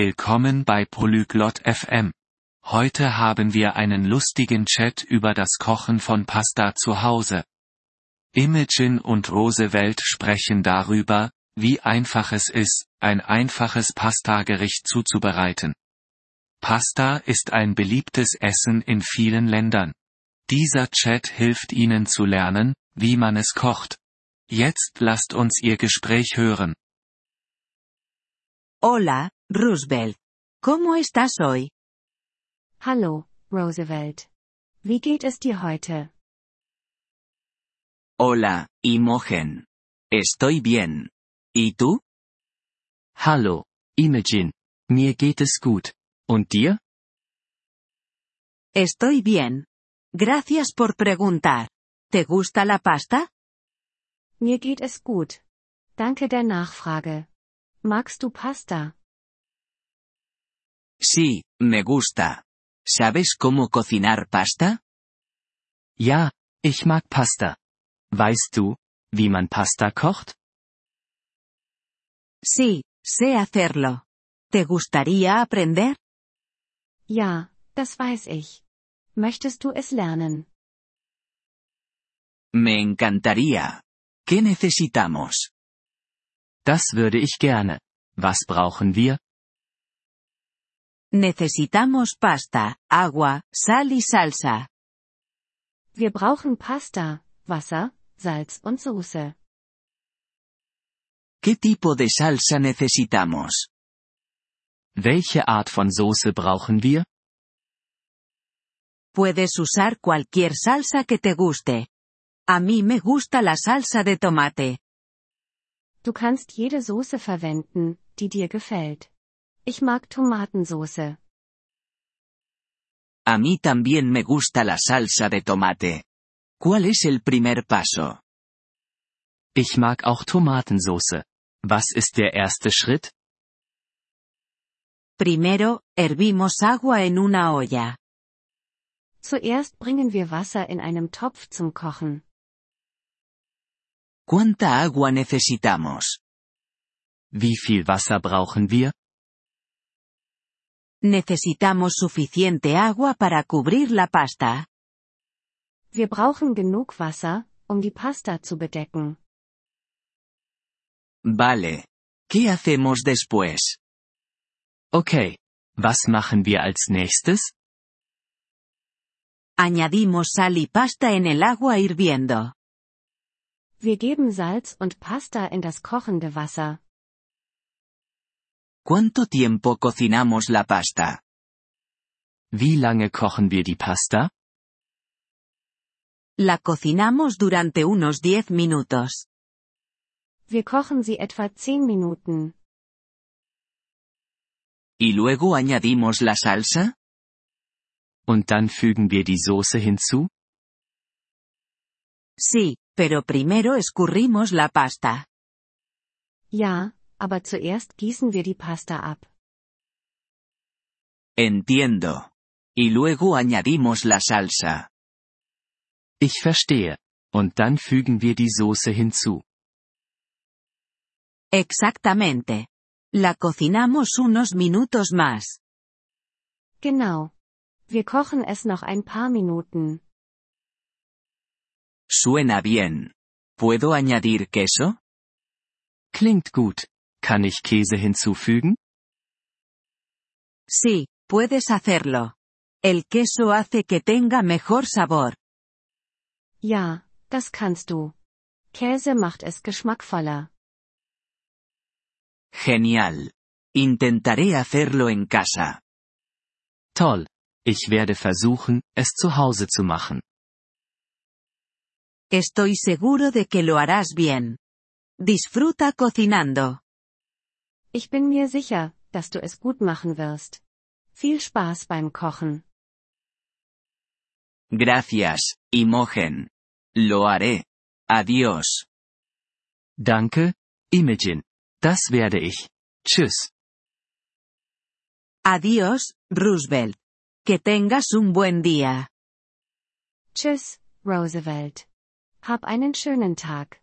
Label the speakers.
Speaker 1: Willkommen bei Polyglot FM. Heute haben wir einen lustigen Chat über das Kochen von Pasta zu Hause. Imogen und Roosevelt sprechen darüber, wie einfach es ist, ein einfaches Pastagericht zuzubereiten. Pasta ist ein beliebtes Essen in vielen Ländern. Dieser Chat hilft Ihnen zu lernen, wie man es kocht. Jetzt lasst uns Ihr Gespräch hören.
Speaker 2: Hola, Roosevelt. ¿Cómo estás hoy?
Speaker 3: Hallo, Roosevelt. Wie geht es dir heute?
Speaker 4: Hola, Imogen. Estoy bien. ¿Y tú?
Speaker 5: Hallo, Imogen. Mir geht es gut. Und dir?
Speaker 2: Estoy bien. Gracias por preguntar. ¿Te gusta la pasta?
Speaker 3: Mir geht es gut. Danke der Nachfrage. Magst du Pasta?
Speaker 4: Sí, me gusta. ¿Sabes cómo cocinar pasta?
Speaker 5: Ja, ich mag Pasta. Weißt du, wie man Pasta kocht?
Speaker 2: Sí, sé hacerlo. ¿Te gustaría aprender?
Speaker 3: Ja, das weiß ich. Möchtest du es lernen?
Speaker 4: Me encantaría. ¿Qué necesitamos?
Speaker 5: Das würde ich gerne. Was brauchen wir?
Speaker 2: Necesitamos pasta, agua, sal y salsa.
Speaker 3: Wir brauchen Pasta, Wasser, Salz und Soße.
Speaker 4: ¿Qué tipo de salsa necesitamos?
Speaker 5: Welche Art von Soße brauchen wir?
Speaker 2: Puedes usar cualquier salsa que te guste. A mí me gusta la salsa de tomate.
Speaker 3: Du kannst jede Soße verwenden, die dir gefällt. Ich mag Tomatensoße.
Speaker 4: A mí también me gusta la salsa de tomate. ¿Cuál es el primer paso?
Speaker 5: Ich mag auch Tomatensoße. Was ist der erste Schritt?
Speaker 2: Primero, hervimos agua en una olla.
Speaker 3: Zuerst bringen wir Wasser in einem Topf zum Kochen.
Speaker 4: ¿Cuánta agua necesitamos?
Speaker 5: Wie viel Wasser brauchen wir?
Speaker 2: Necesitamos suficiente agua para cubrir la pasta.
Speaker 3: Wir brauchen genug Wasser, um die Pasta zu bedecken.
Speaker 4: Vale. ¿Qué hacemos después?
Speaker 5: Okay. Was machen wir als nächstes?
Speaker 2: Añadimos sal y pasta en el agua hirviendo.
Speaker 3: Wir geben Salz und Pasta in das kochende Wasser.
Speaker 4: ¿Cuánto tiempo cocinamos la pasta?
Speaker 5: Wie lange kochen wir die Pasta?
Speaker 2: La cocinamos durante unos 10 minutos.
Speaker 3: Wir kochen sie etwa 10 Minuten.
Speaker 4: ¿Y luego añadimos la salsa?
Speaker 5: Und dann fügen wir die Soße hinzu?
Speaker 2: Sí, pero primero escurrimos la pasta.
Speaker 3: Ja, aber zuerst gießen wir die Pasta ab.
Speaker 4: Entiendo. Y luego añadimos la salsa.
Speaker 5: Ich verstehe. Und dann fügen wir die Soße hinzu.
Speaker 2: Exactamente. La cocinamos unos minutos más.
Speaker 3: Genau. Wir kochen es noch ein paar Minuten.
Speaker 4: Suena bien. ¿Puedo añadir queso?
Speaker 5: Klingt gut. Kann ich Käse hinzufügen?
Speaker 2: Sí, puedes hacerlo. El queso hace que tenga mejor sabor.
Speaker 3: Ja, das kannst du. Käse macht es geschmackvoller.
Speaker 4: Genial. Intentaré hacerlo en casa.
Speaker 5: Toll. Ich werde versuchen, es zu Hause zu machen.
Speaker 2: Estoy seguro de que lo harás bien. Disfruta cocinando.
Speaker 3: Ich bin mir sicher, dass du es gut machen wirst. Viel Spaß beim Kochen.
Speaker 4: Gracias, Imogen. Lo haré. Adiós.
Speaker 5: Danke, Imogen. Das werde ich. Tschüss.
Speaker 2: Adiós, Roosevelt. Que tengas un buen día.
Speaker 3: Tschüss, Roosevelt. Hab einen schönen Tag.